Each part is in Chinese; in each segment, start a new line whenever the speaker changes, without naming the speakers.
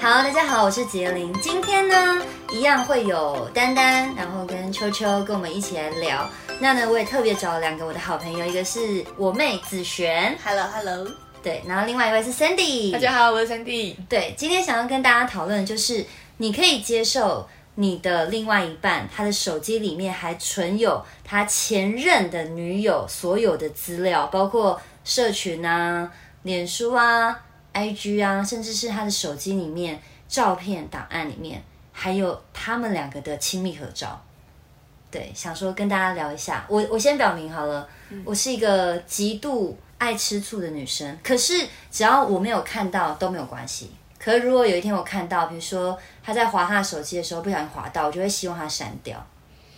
好，大家好，我是杰林。今天呢，一样会有丹丹，然后跟秋秋跟我们一起来聊。那呢，我也特别找了两个我的好朋友，一个是我妹子璇，
Hello Hello，
对，然后另外一位是 Sandy。
大家好，我是 Sandy。
对，今天想要跟大家讨论的就是，你可以接受你的另外一半，他的手机里面还存有他前任的女友所有的资料，包括社群啊、脸书啊、IG 啊，甚至是他的手机里面照片档案里面，还有他们两个的亲密合照。对，想说跟大家聊一下，我我先表明好了，我是一个极度爱吃醋的女生，可是只要我没有看到都没有关系。可是如果有一天我看到，比如说他在划他的手机的时候不小心划到，我就会希望他删掉。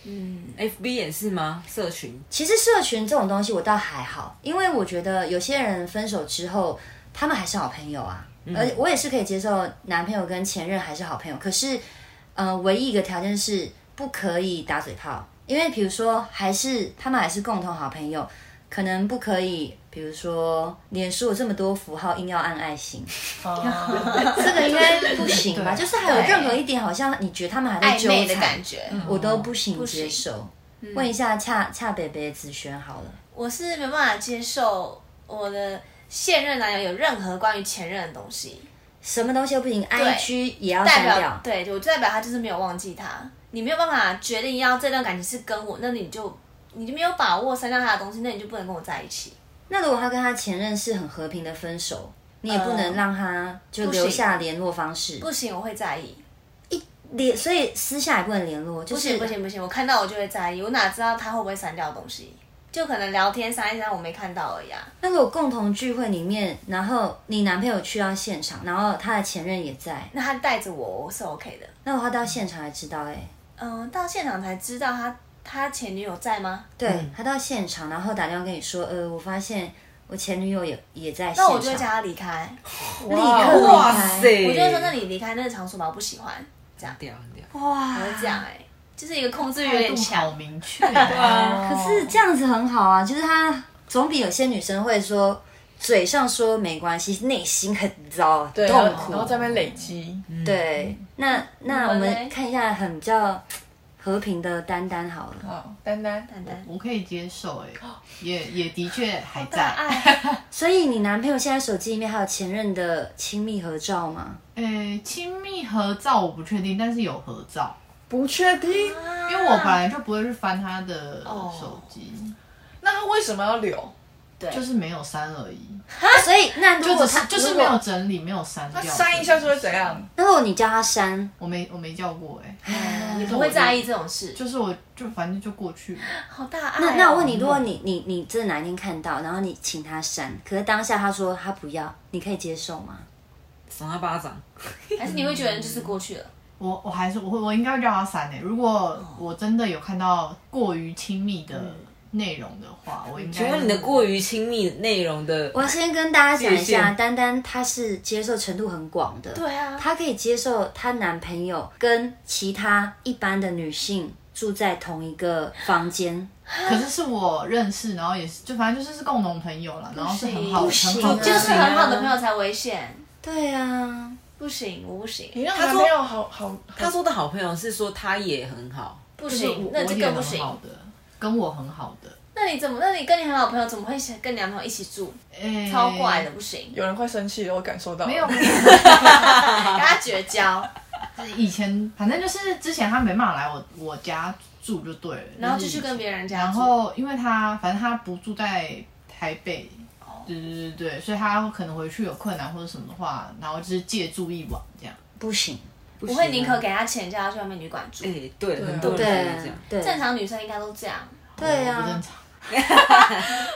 FB 也是吗？社 群
其实社群这种东西我倒还好，因为我觉得有些人分手之后，他们还是好朋友啊，
嗯
而我也是可以接受男朋友跟前任还是好朋友。可是，呃，唯一一个条件是不可以打嘴炮，因为比如说还是他们还是共同好朋友，可能不可以，比如说脸书有这么多符号，硬要按爱心，
哦
这个应该不行 吧？就是还有任何一点好像你觉得他们还在
暧
纠
昧
缠嗯
的感觉。嗯
我都不行接受。问一下恰恰北北子轩好了，
我是没办法接受我的现任男友有任何关于前任的东西，
什么东西都不行，IG 也要
代
删
表
掉。
对，我就代表他就是没有忘记他。你没有办法决定要这段感情是跟我，那你就你就没有把握删掉他的东西，那你就不能跟我在一起。
那如果他跟他前任是很和平的分手，你也不
呃
能让他就
不行
留下联络方式，
不行，我会在意。
联所以私下也不能联络，就
不行
是
不行不行，我看到我就会在意，我哪知道他会不会删掉东西？就可能聊天删一删，我没看到而已啊。
那如果共同聚会里面，然后你男朋友去到现场，然后他的前任也在，
那他带着我，我是 OK 的。
那我他到现场才知道、欸，哎，
嗯，到现场才知道他他前女友在吗？
对、他到现场，然后打电话跟你说，呃，我发现我前女友也也在现场，
那我就会叫他离开，
立刻离
哇
开
塞，
我就会说那你离开那个场所吧，我不喜欢。这样，
掉掉，
哇
我会这样哎、就是一个控制欲有
态
点
度好
强。
明确，对啊，
可是这样子很好啊，就是他总比有些女生会说嘴上说没关系，内心很糟
对，嗯然后
痛
然后
苦。嗯
在那边累积，
对，那那我
我们
嗯
们
嘞
看一下很比较和平的丹丹好了。
哇，丹丹
丹丹
我可以接受，哎，也也的确还
大
在，
爱，
所以你男朋友现在手机里面还有前任的亲密合照吗？
呃，亲密合照我不确定，但是有合照，
不确定
因为我本来就不会去翻他的
哦
手机，
那他为什么要留？
对
就是没有删而已，
所以那如
啊就
果
只
他
是就是
如
没
果
有整理，没有删掉，
那删一下是会怎？样？
那如果你叫他删，
我没我没叫过，哎，
你不会在意这种事，
就是我就反正就过去了，
好大爱哦、
那那我问你，如果你你你真的哪一天看到，然后你请他删，可是当下他说他不要，你可以接受吗？
赏他巴掌。
还是你会觉得就是过去了？
我我还是我会我应该会叫他删诶、欸如果我真的有看到过于亲密的内容的话，我应该
请问你的过于亲密内容的，
我先跟大家讲一
界
下，
限
丹丹她是接受程度很广的，
对啊
她可以接受她男朋友跟其他一般的女性住在同一个房间，
可是是我认识，然后也是就反正就是是共同朋友啦，然后是很好
不行
很
不
好
行
的，
啊就是很好的朋友才危险，
对啊，
不行，我不行，
你让
他
男
说
朋友好好，
他说的好朋友是说他也很好，
不
就是
行
我，
那
我
就
也
更不
很
行。
好的，跟我很好的，
那你怎么？那你跟你很好的朋友怎么会想跟你男朋友一起住？
诶、
超怪的，不 行，
有人会生气的，我感受到了
哎没有，
跟他绝交，
以前反正就是之前他没办法来我我家住就对了，
然后
就
继
是
续跟别人家
然
住。
后因为他反正他不住在台北，
哦
对对对对，所以他可能回去有困难或者什么的话，然后就是借住一晚这样。
不行，
我
我会宁可给他钱，叫他去外面旅馆住。
哎、啊对，
啊
很多人
对
都这样。
对
正常女生应该都这样，
对
我不正
啊，
常。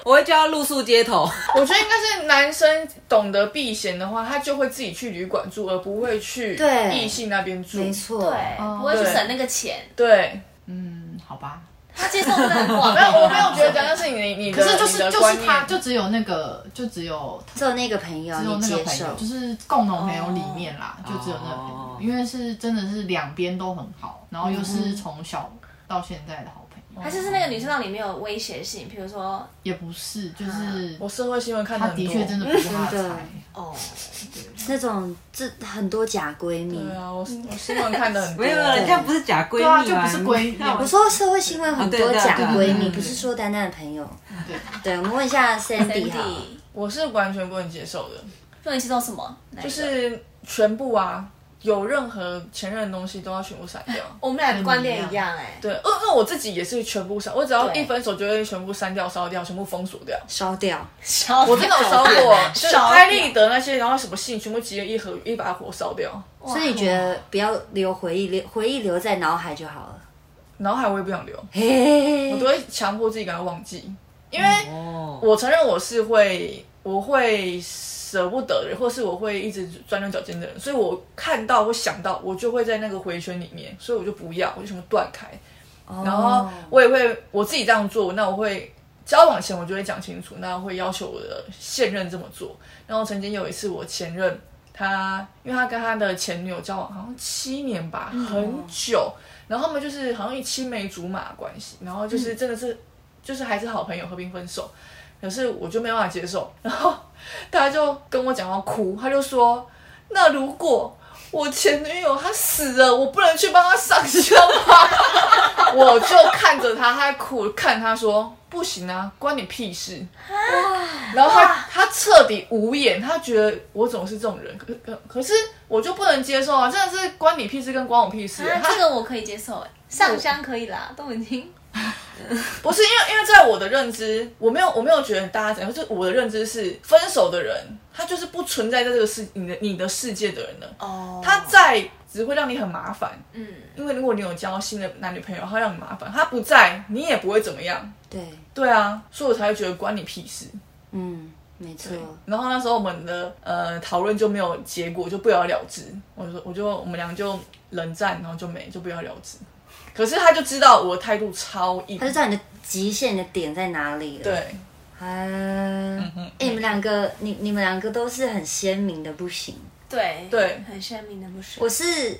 我会叫他露宿街头，
我觉得应该是男生懂得避嫌的话，他就会自己去旅馆住，而不会去
对
异性那边住。
没错，
对，不会去省那个钱。
对，
嗯，好吧。
他接受度很广，
没有，我没有觉得那是你你的，
可是就是
啊你的
就
观
是
念
他，就只有那个，就只有
只有那个朋友
只有
你
那个
接
朋友，
受
就，是共同朋友里面啦，就只有那个朋
哦
友，因为是真的是两边都很好，然后又是从小到现在的好朋友，
还是是那个女生让你没有威胁性，比如说
也不是，就是
我社会新闻看
他
很多，
的确真的不是他
真的
的菜。
哦，
那种这很多假闺蜜。
对啊，我我新闻看的 很多。
没有，人家不是假闺蜜
对啊
吗？
就不是闺蜜
那
我
我
说社会新闻很
啊
多
对啊对
假
啊对啊
闺
对
蜜，
啊
不是说丹丹的朋友。
对，
对，我们问一下 Sandy 哈，
Sandy，
我是完全不能接受的，
呃不能接受什么？就
就是全部啊，有任何前任的东西都要全部删掉。
我们俩的观点一样哎、
对，呃，那我自己也是全部删，我只要
对
一分手就会全部删掉、烧掉、全部封锁掉。
烧掉。
我
我真的有烧过，就是
烧
拍立得那些，然后什么信全部集了一盒一把火烧掉。
所以你觉得不要留回忆，留回忆留在脑海就好了。
脑海我也不想留，
嘿，
我都会强迫自己赶快忘记，因为
哦，
我承认我是会，我会舍不得的人，或是我会一直钻牛角尖的人，所以我看到或想到，我就会在那个回圈里面，所以我就不要，我就全部断开。然后我也会我自己这样做，那我会交往前我就会讲清楚，那会要求我的现任这么做。然后曾经有一次，我前任他，因为他跟他的前女友交往好像七年吧，很久，然后他们就是好像一青梅竹马的关系，然后就是真的是、就是还是好朋友，和平分手。可是我就没办法接受，然后他就跟我讲到哭，他就说：“那如果我前女友她死了，我不能去帮她上香吗？” 我就看着他，他在哭，看他说不行啊，关你屁事。然后他他彻底无言，他觉得我总是这种人，可可可是我就不能接受啊，真的是关你屁事跟关我屁事、
啊，
他
这个我可以接受哎、上香可以啦，都已经
不是因为因为在我的认知，我没有我没有觉得大家怎样，就是我的认知是分手的人，他就是不存在在这个世你的你的世界的人了。
哦
他在只会让你很麻烦，
嗯，
因为如果你有交新的男女朋友，他会让你麻烦；他不在，你也不会怎么样。
对，
对啊，所以我才会觉得关你屁事。
嗯，没错。
然后那时候我们的呃讨论就没有结果，就不了了之。我就说我就我们俩就冷战，然后就没就不了了之。可是他就知道我的态度超硬
他，就知道你的极限、你的点在哪里了。
对，嗯
啊，哎、你们两个，你你们两个都是很鲜明的，不行。
对
对
很鲜明的不是
我是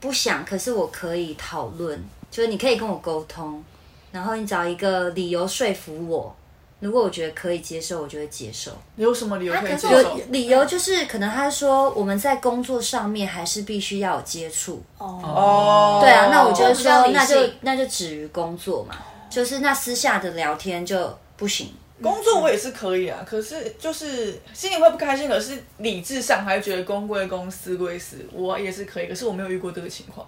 不想，可是我可以讨论，就是你可以跟我沟通，然后你找一个理由说服我。如果我觉得可以接受，我就会接受。
你有什么理由可以接
有
受？
理由就是，可能他说我们在工作上面还是必须要有接触。
哦，
哦，
对啊，那我就
觉得
会
比
说，
较
那
理性
就那就止于工作嘛，就是那私下的聊天就不行。
工作我也是可以啊，可是就是心里会不开心，可是理智上还觉得公归公，私归私，我也是可以，可是我没有遇过这个情况。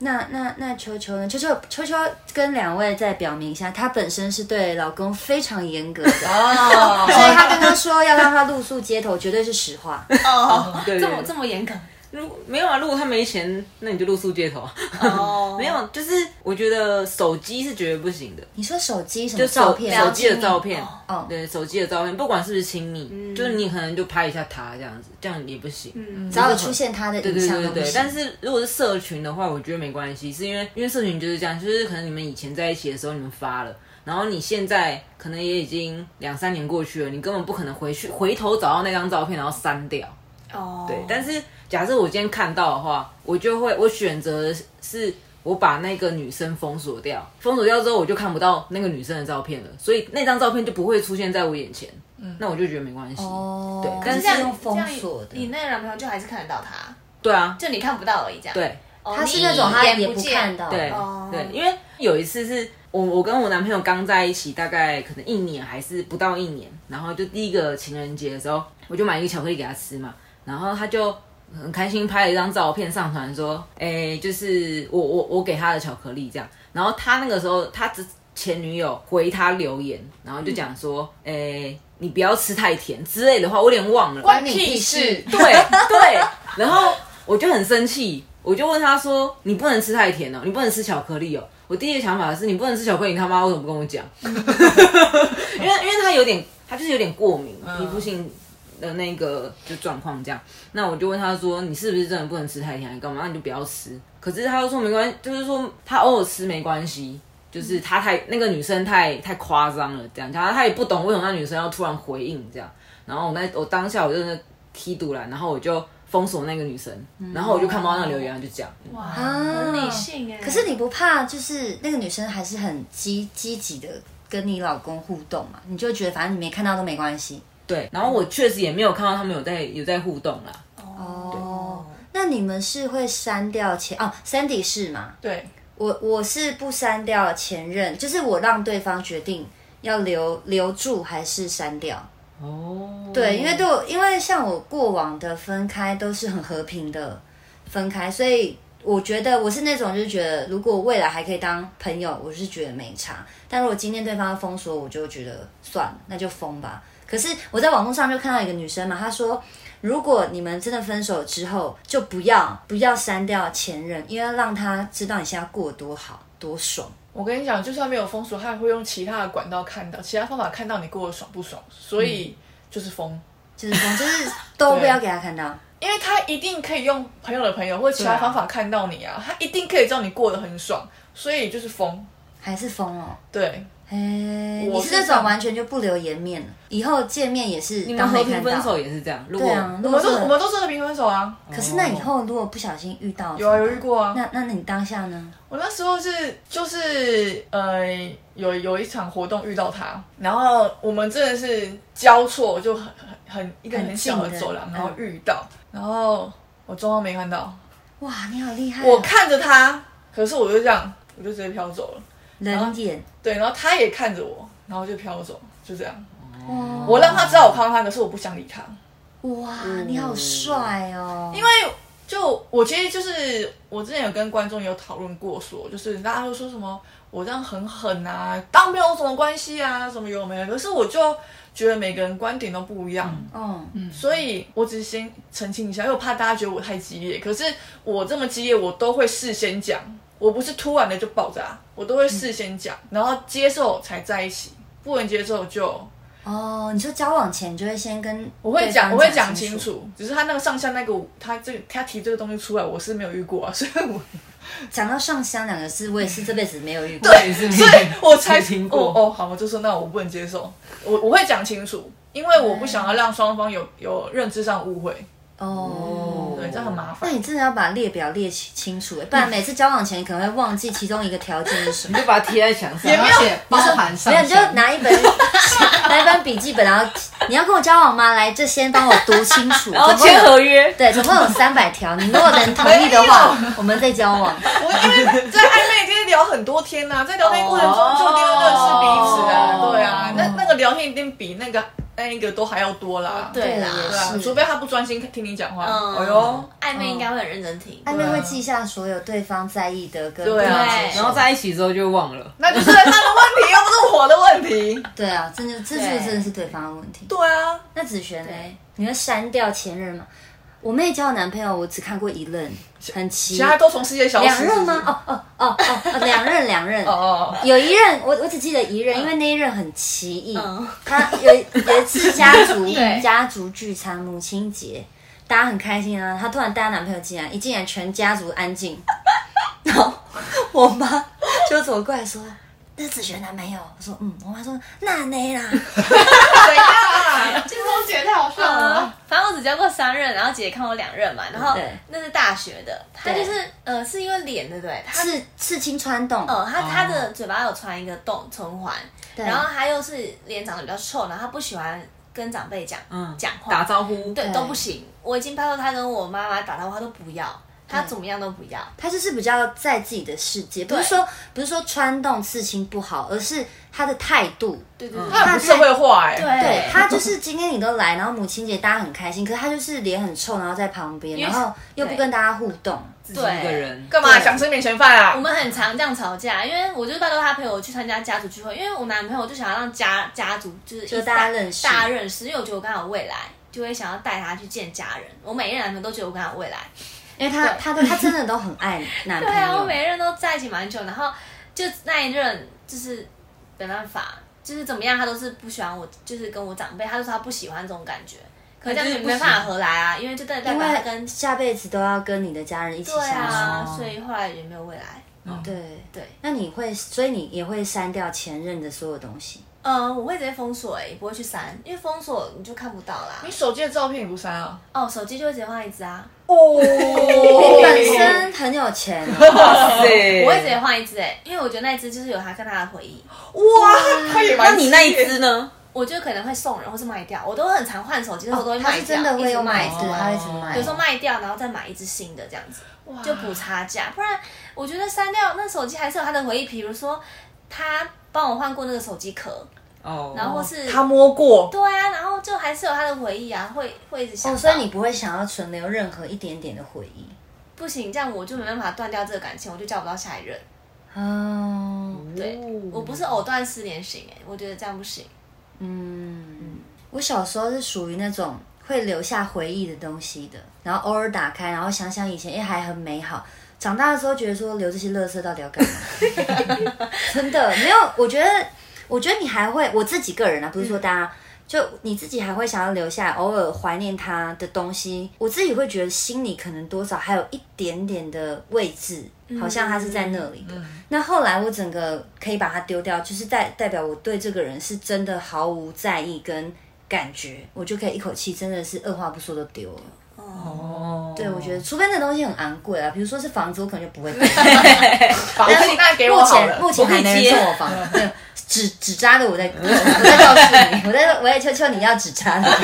那那那球球呢？球球球球跟两位再表明一下，她本身是对老公非常严格的， 所
哦，
以她刚刚说要让他露宿街头，绝对是实话。
哦，
对
这么这么严格
如果没有啊，如果他没钱，那你就露宿街头。啊
哦，
没有，就是我觉得手机是绝对不行的，
你说手机什么
就手
照片？啊
手机的照片
哦，
哦嗯
对，手机的照片，不管是不是亲密，就是你可能就拍一下他这样子，这样也不行。
嗯，
只要有出现他的
对
影
对
像
对
都不
对，
行
但。是如果是社群的话，我觉得没关系，是因为因为社群就是这样，就是可能你们以前在一起的时候你们发了，然后你现在可能也已经两三年过去了，你根本不可能回去回头找到那张照片然后删掉。
哦，
对，但是假设我今天看到的话，我就会我选择是我把那个女生封锁掉，封锁掉之后我就看不到那个女生的照片了，所以那张照片就不会出现在我眼前。嗯，那我就觉得没关系。
哦，
对
可
但
是
是
这样用封锁
这样你
的，
那个男朋友就还是看得到他，
对啊，
就你看不到而已，这样。
对
哦，
他是
你
那种他
眼
也不
见
看到，
对、
哦
对，因为有一次是我我跟我男朋友刚在一起，大概可能一年还是不到一年，然后就第一个情人节的时候，我就买一个巧克力给他吃嘛，然后他就。很开心拍了一张照片上传，说：“哎、就是我我我给他的巧克力这样。”然后他那个时候，他之前女友回他留言，然后就讲说：“哎、你不要吃太甜之类的话，我有点忘了。”
关你屁事！
对对，然后我就很生气，我就问他说：“你不能吃太甜哦，你不能吃巧克力哦。”我第一个想法是你不能吃巧克力，你他妈为什么不跟我讲？ 因为因为他有点，他就是有点过敏，皮肤性的那个就状况这样。那我就问他说：“你是不是真的不能吃太甜？你干嘛？那你就不要吃。”可是他又说没关系，就是说他偶尔吃没关系。就是他太那个女生太太夸张了，这样，他他也不懂为什么那女生要突然回应这样，然后我那我当下我真的踢堵了，然后我就封锁那个女生，然后我就看不到那个留言，就这样。
哇，
啊
很
嗯
理性哎。
可是你不怕，就是那个女生还是很积积极的跟你老公互动嘛？你就觉得反正你没看到都没关系。
对，然后我确实也没有看到他们有在有在互动啦。
那你们是会删掉前哦，Sandy 是吗？
对，
我我是不删掉前任，就是我让对方决定要留留住还是删掉。
哦，
对，因为对我，因为像我过往的分开都是很和平的分开，所以我觉得我是那种就是觉得，如果未来还可以当朋友，我是觉得没差。但如果今天对方要封锁，我就觉得算了，那就封吧。可是我在网络上就看到一个女生嘛，她说，如果你们真的分手之后，就不要不要删掉前任，因为让他知道你现在过得多好多爽。
我跟你讲，就算没有封锁，他也会用其他的管道看到，其他方法看到你过得爽不爽，所以就是封，
就是封，就是都不要给他看到。
因为他一定可以用朋友的朋友或者其他方法看到你啊，他一定可以知道你过得很爽，所以就是封。
还是疯哦。
对，
哎，你
我
是
是
那
这
种
样
完全就不留颜面了，以后见面也是
你们
当
和
没
平
看
分手
到。
也是这样。如果
对啊，如果
我们都
真的
我们都是和平分手啊，
可是那以后如果不小心遇到，
有啊有遇过啊。
那那你当下呢？
我那时候是就是呃有有一场活动遇到他，然后我们真的是交错，就很很很一个
很
很小
近的
的走廊，
嗯
然后遇到，然后我装作没看到，
哇，你好厉害哦！
我看着他，可是我就这样，我就直接飘走了。
冷眼，
对，然后他也看着我，然后就飘走，就这样。
哇
我让他知道我看到他，可是我不想理他，
哇，你好帅哦！
因为就我其实就是我之前有跟观众有讨论过说就是大家都说什么我这样很狠啊，当朋友有什么关系啊，什么有没有？可是我就觉得每个人观点都不一样，
嗯，
所以我只是先澄清一下，因为我怕大家觉得我太激烈。可是我这么激烈，我都会事先讲，我不是突然的就爆炸，我都会事先讲，然后接受才在一起，不能接受就
哦，你说交往前就会先跟
我会
对方
讲，我会
讲
讲清。楚。只是他那个上下那个，他这个他提这个东西出来，我是没有遇过啊，所以我
讲到上香两个字，我也是这辈子没有遇过。
对，所
所以我才
听
哦
过。
哦，好，我就说那我不能接受，我我会讲清楚，因为我不想要让双方有有认知上误会，
哦，
对，这样很麻
那
烦。
你真的要把列表列清楚，欸不
嗯
然每次交往前你可能会忘记其中一个条件是什么
你。就把它贴在墙上，
而且包含上
没有，你就
下
拿一本 拿一本笔记本，然后你要跟我交往吗？来，这先帮我读清 楚，
然后
总共有
签合约。
对，总共有三百条，你如果能同意的 话，我们再交往。
我因为在暧昧已经聊很多天呐、在聊天过程中就一定会认识彼此啊，
哦
对啊，那那个聊天一定比那个那一个都还要多啦，
对啦，
对
对啊
是，
除非他不专心听你讲话，
嗯
哎呦，
暧昧应该会很认真听。
暧昧会记下所有对方在意的跟
对啊
不能接受
然后在一起之后就忘了，
那就是他的问题，又不是我的问题，
对啊，真的，这
对
是真的是对方的问题。
对啊。
那子璇呢
对？
你会删掉前任吗？我妹交男朋友，我只看过一任，很奇
其他都从世界消失。
两任吗？
是
哦哦哦哦哦，两任两任
不是？哦
有一任，我我只记得一任，因为那一任很奇异。
嗯
他有有一次家 族
对
家族聚餐，母亲节，大家很开心啊。她突然带她男朋友进来，一进来全家族安静， 然后我妈就走过来说。那子璇男朋友，我说嗯，我妈说那呢啦，
哦，怎样啊？
金钟姐太好笑啊
嗯
了，，
反正我只交过三任，然后姐姐看我两任嘛，然后
嗯对
那是大学的，她
对
就是呃是因为脸对不对？ 她
刺刺青穿洞，
呃她她的嘴巴有穿一个洞唇环，
哦对
然后她又是脸长得比较臭，然后她不喜欢跟长辈讲
嗯，
讲话，
打招呼，
对
对
都不行。我已经拜托她跟我妈妈打招呼，她都不要，她怎么样都不要。
她就是比较在自己的世界，不是
对
说不是说穿洞刺青不好，而是她的态度，
对对
他很不社会化哎。
对
对他就是今天你都来，然后母亲节大家很开心，可是他就是脸很臭，然后在旁边，
因为
然后又不跟大家互动。
自己一个人，
干嘛
对
想吃免钱饭
我
啊？
们很常这样吵架，因为我就拜托他陪我去参加家族聚会，因为我男朋友就想要让家家族就是
就
一
大家认识
大家认识，因为我觉得我跟他有未来，就会想要带他去见家人。我每一任男朋友都觉得我跟他有未来，
因为他
对
他都他真的都很爱男
对啊，我
朋
每
友，
一任都在一起蛮久，然后就那一任就是没办法，就是怎么样他都是不喜欢我，就是跟我长辈，他就说他不喜欢这种感觉，可是这样
那
就
就是不
没办法合来啊，因为就代代
因
表他跟
为下辈子都要跟你的家人一起
对
相
啊，
哦
所以后来也没有未来。
处。对
对，
那你会，所以你也会删掉前任的所有东西。
嗯，我会直接封锁、欸，也不会去删，因为封锁你就看不到啦
你。手机的照片你不删啊？
哦，手机就会直接换一只啊，
哦，
你本身很有钱，哦
哇塞
我会直欸接换一只哎、因为我觉得那一只就是有他跟他的回忆。
哇，他也
那
蛮
你
激烈
那一只呢？
我就可能会送人或是卖掉，我都很常换手机，但是我都会
他
卖
哦是
掉，
真的会
一直
用
卖
买
一
的，
直
对
卖
他会一直买。
有时候卖掉，然后再买一只新的这样子，就补差价。不然我觉得删掉那手机还是有他的回忆，比如说他帮我换过那个手机壳，
哦，
然后或是、
他摸过，
对啊，然后就还是有他的回忆啊，会会一直想
哦，
到。
所以你不会想要存留任何一点点的回忆
不行，这样我就没办法断掉这个感情，我就交不到下一任。
哦。
对，我不是藕断丝连型哎、我觉得这样不行。
嗯，我小时候是属于那种会留下回忆的东西的，然后偶尔打开，然后想想以前，哎、还很美好。长大的时候觉得说留这些垃圾到底要干嘛？ 真的没有，我觉得，我觉得你还会，我自己个人啊，不是说大家。就你自己还会想要留下来，偶尔怀念它的东西，我自己会觉得心里可能多少还有一点点的位置，好像它是在那里的。那后来我整个可以把它丢掉，就是代代表我对这个人是真的毫无在意跟感觉，我就可以一口气真的是二话不说都丢了。
哦，
对，我觉得除非那东西很昂贵啊，比如说是房子，我可能就不会丢。
把我你那给我
目
好
前
了
目。前还没
我可以
人
接
送我房子，对纸纸扎的我在 我在告诉你，我 在我也求求你要纸扎的。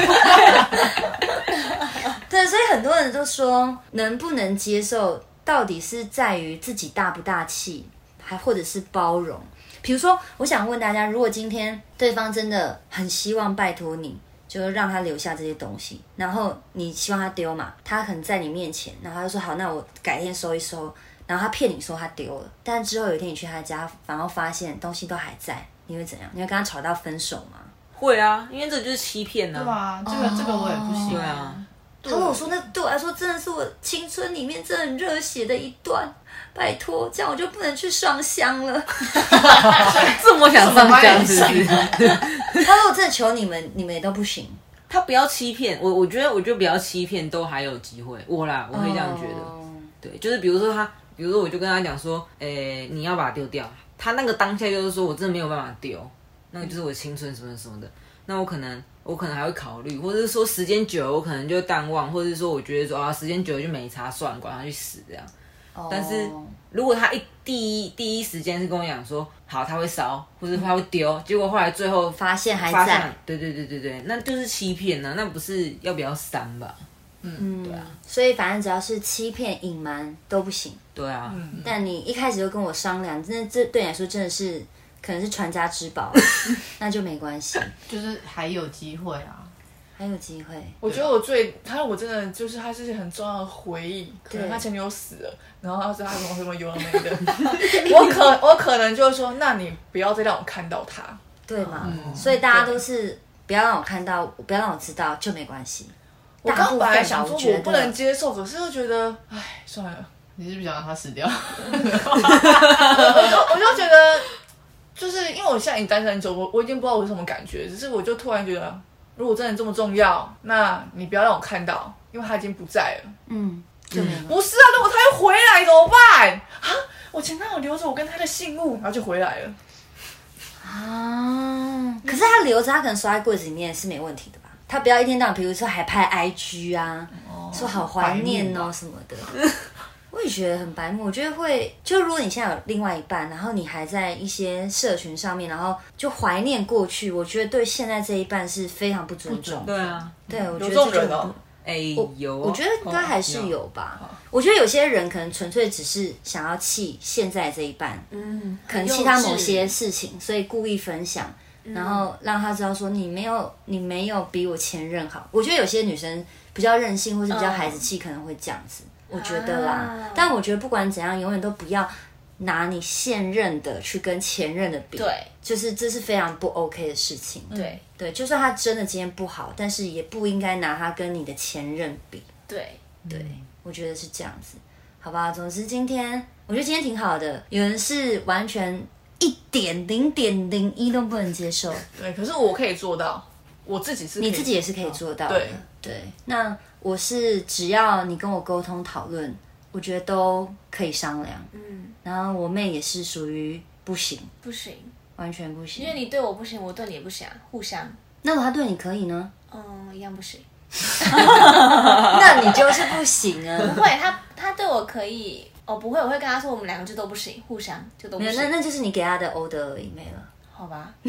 对，所以很多人都说能不能接受，到底是在于自己大不大气，还或者是包容。比如说，我想问大家，如果今天对方真的很希望拜托你，就是让他留下这些东西，然后你希望他丢嘛，他可能在你面前，然后他就说好，那我改天收一收，然后他骗你说他丢了，但之后有一天你去他家，反而发现东西都还在，你会怎样？你会跟他吵到分手吗？
会啊，因为这就是欺骗呢、
对啊，这个这个我也不行。
对啊，
他跟我说，那对我来说真的是我青春里面真的很热血的一段，拜托，这样我就不能去上香了。
这么想上家是不是？
他如果真的求你们，你们也都不行。
他不要欺骗我，我觉得我觉得不要欺骗都还有机会，我啦，我会这样觉得。
哦
对，就是比如说他，比如说我就跟他讲说，诶、你要把它丢掉。他那个当下就是说我真的没有办法丢，那个就是我青春什么什么的。那我可能我可能还会考虑，或者是说时间久了我可能就淡忘，或者是说我觉得说啊时间久了就没差，算了，管他去死这样。但是
哦
如果他一第一第一时间是跟我讲说好他会烧，或者他会丢，结果后来最后
发现还
发
在
现，，对对对对对，那就是欺骗啊呢、那不是要不要删吧？
嗯，对啊。所以反正只要是欺骗、隐瞒都不行。
对啊，
但你一开始就跟我商量，真的这对你来说真的是可能是传家之宝， 那就没关系，
就是还有机会啊。
还有机会。
我觉得我最，他我真的就是他是很重要的回忆，可能他前女友死了，然后他说他什么什么有了没的， 我可我可能就会说，那你不要再让我看到他，
对嘛？
嗯
所以大家都是不要让我看到，不要让我知道就没关系。
我刚
大部
本
分吧
来想说
我觉
我
得
不啊能接受，可是又觉得，唉，算了，
你是不是想让他死掉？
我就我就觉得，就是因为我现在已经单身很久，我我已经不知道我是什么感觉，只是我就突然觉得，如果真的这么重要，那你不要让我看到，因为他已经不在了。
嗯，就没关系。
不是啊，那我他又回来怎么办啊？我前男友留着我跟他的信物，然后就回来了。嗯
啊，可是他留着，他可能收在柜子里面是没问题的吧？他不要一天到晚，比如说还拍 IG 啊，
哦
说好怀念哦什么的。 我也觉得很白目，我觉得会，就如果你现在有另外一半，然后你还在一些社群上面，然后就怀念过去，我觉得对现在这一半是非常不尊重。
对啊，
对，我觉得
有这种
这就
人哦
不
哎、有哦，
我觉得应该还是
哦。
有吧。我觉得有些人可能纯粹只是想要气现在这一半，
嗯，
可能气
其
他某些事情，所以故意分享，
嗯
然后让他知道说你没有你没有比我前任好。我觉得有些女生比较任性，或是比较孩子气，可能会这样子。我觉得啦
啊，
但我觉得不管怎样，永远都不要拿你现任的去跟前任的比，
对
就是这是非常不 OK 的事情。
对
对，就算他真的今天不好，但是也不应该拿他跟你的前任比。
对，
对，我觉得是这样子，好吧。总之今天我觉得今天挺好的，有人是完全一点零点零一都不能接受，
对，可是我可以做到，我自己是可以
你自己也是可以做到的。
对
对，那我是只要你跟我沟通讨论，我觉得都可以商量。
嗯，
然后我妹也是属于不行，
不行，
完全不行
因。为你对我不行，我对你也不行、啊，互相，
那如果她对你可以 呢？
嗯，一样不行。
那你就是不行啊。
不会，他他对我可以，哦，不会，我会跟他说我们两个就都不行，互相就都不
没有，那
行。
那就是你给她的 order 而已，没了。
好吧，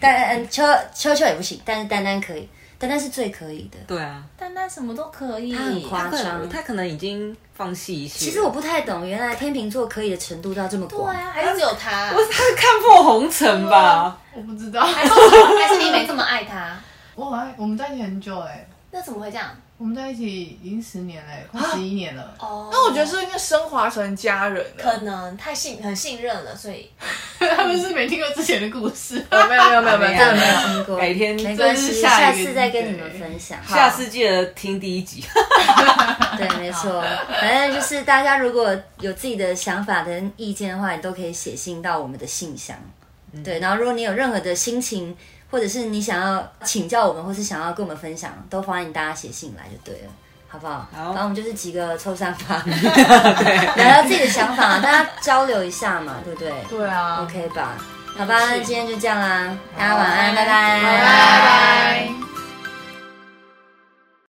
但嗯，秋秋秋也不行，但是丹丹可以，丹丹是最可以的。
对啊，
丹丹什么都可以，啊
他很夸
他可
张
能。他可能已经放弃一些。
其实我不太懂，原来天秤座可以的程度到这么
对
广。
啊，还是只有他，
我是他是看破红尘吧？
我不知道，
还是还是你没这么爱他，
我好像我们在一起很久哎、
那怎么会这样？
我们在一起已经十年嘞、快十一年了。
哦，
那我觉得是应该升华成家人啊
可
了。
能太信很信任了，所以
他们是没听过之前的故事，
哦没有没有没有没有，
真的没有听过，
改天
没关
这
系，
是
下
下一个
次再跟你们分享。
下次记得听第一集。
对，没错，反正就是大家如果有自己的想法跟意见的话，你都可以写信到我们的信箱。对，然后如果你有任何的心情，或者是你想要请教我们，或是想要跟我们分享，都欢迎大家写信来就对了。好不好？
好
反正我们就是几个臭三 八，聊聊自己的想法，大家交流一下嘛，对不对
对啊，
？OK 吧？好吧，那今天就这样啦，大家晚安，拜拜，
拜拜。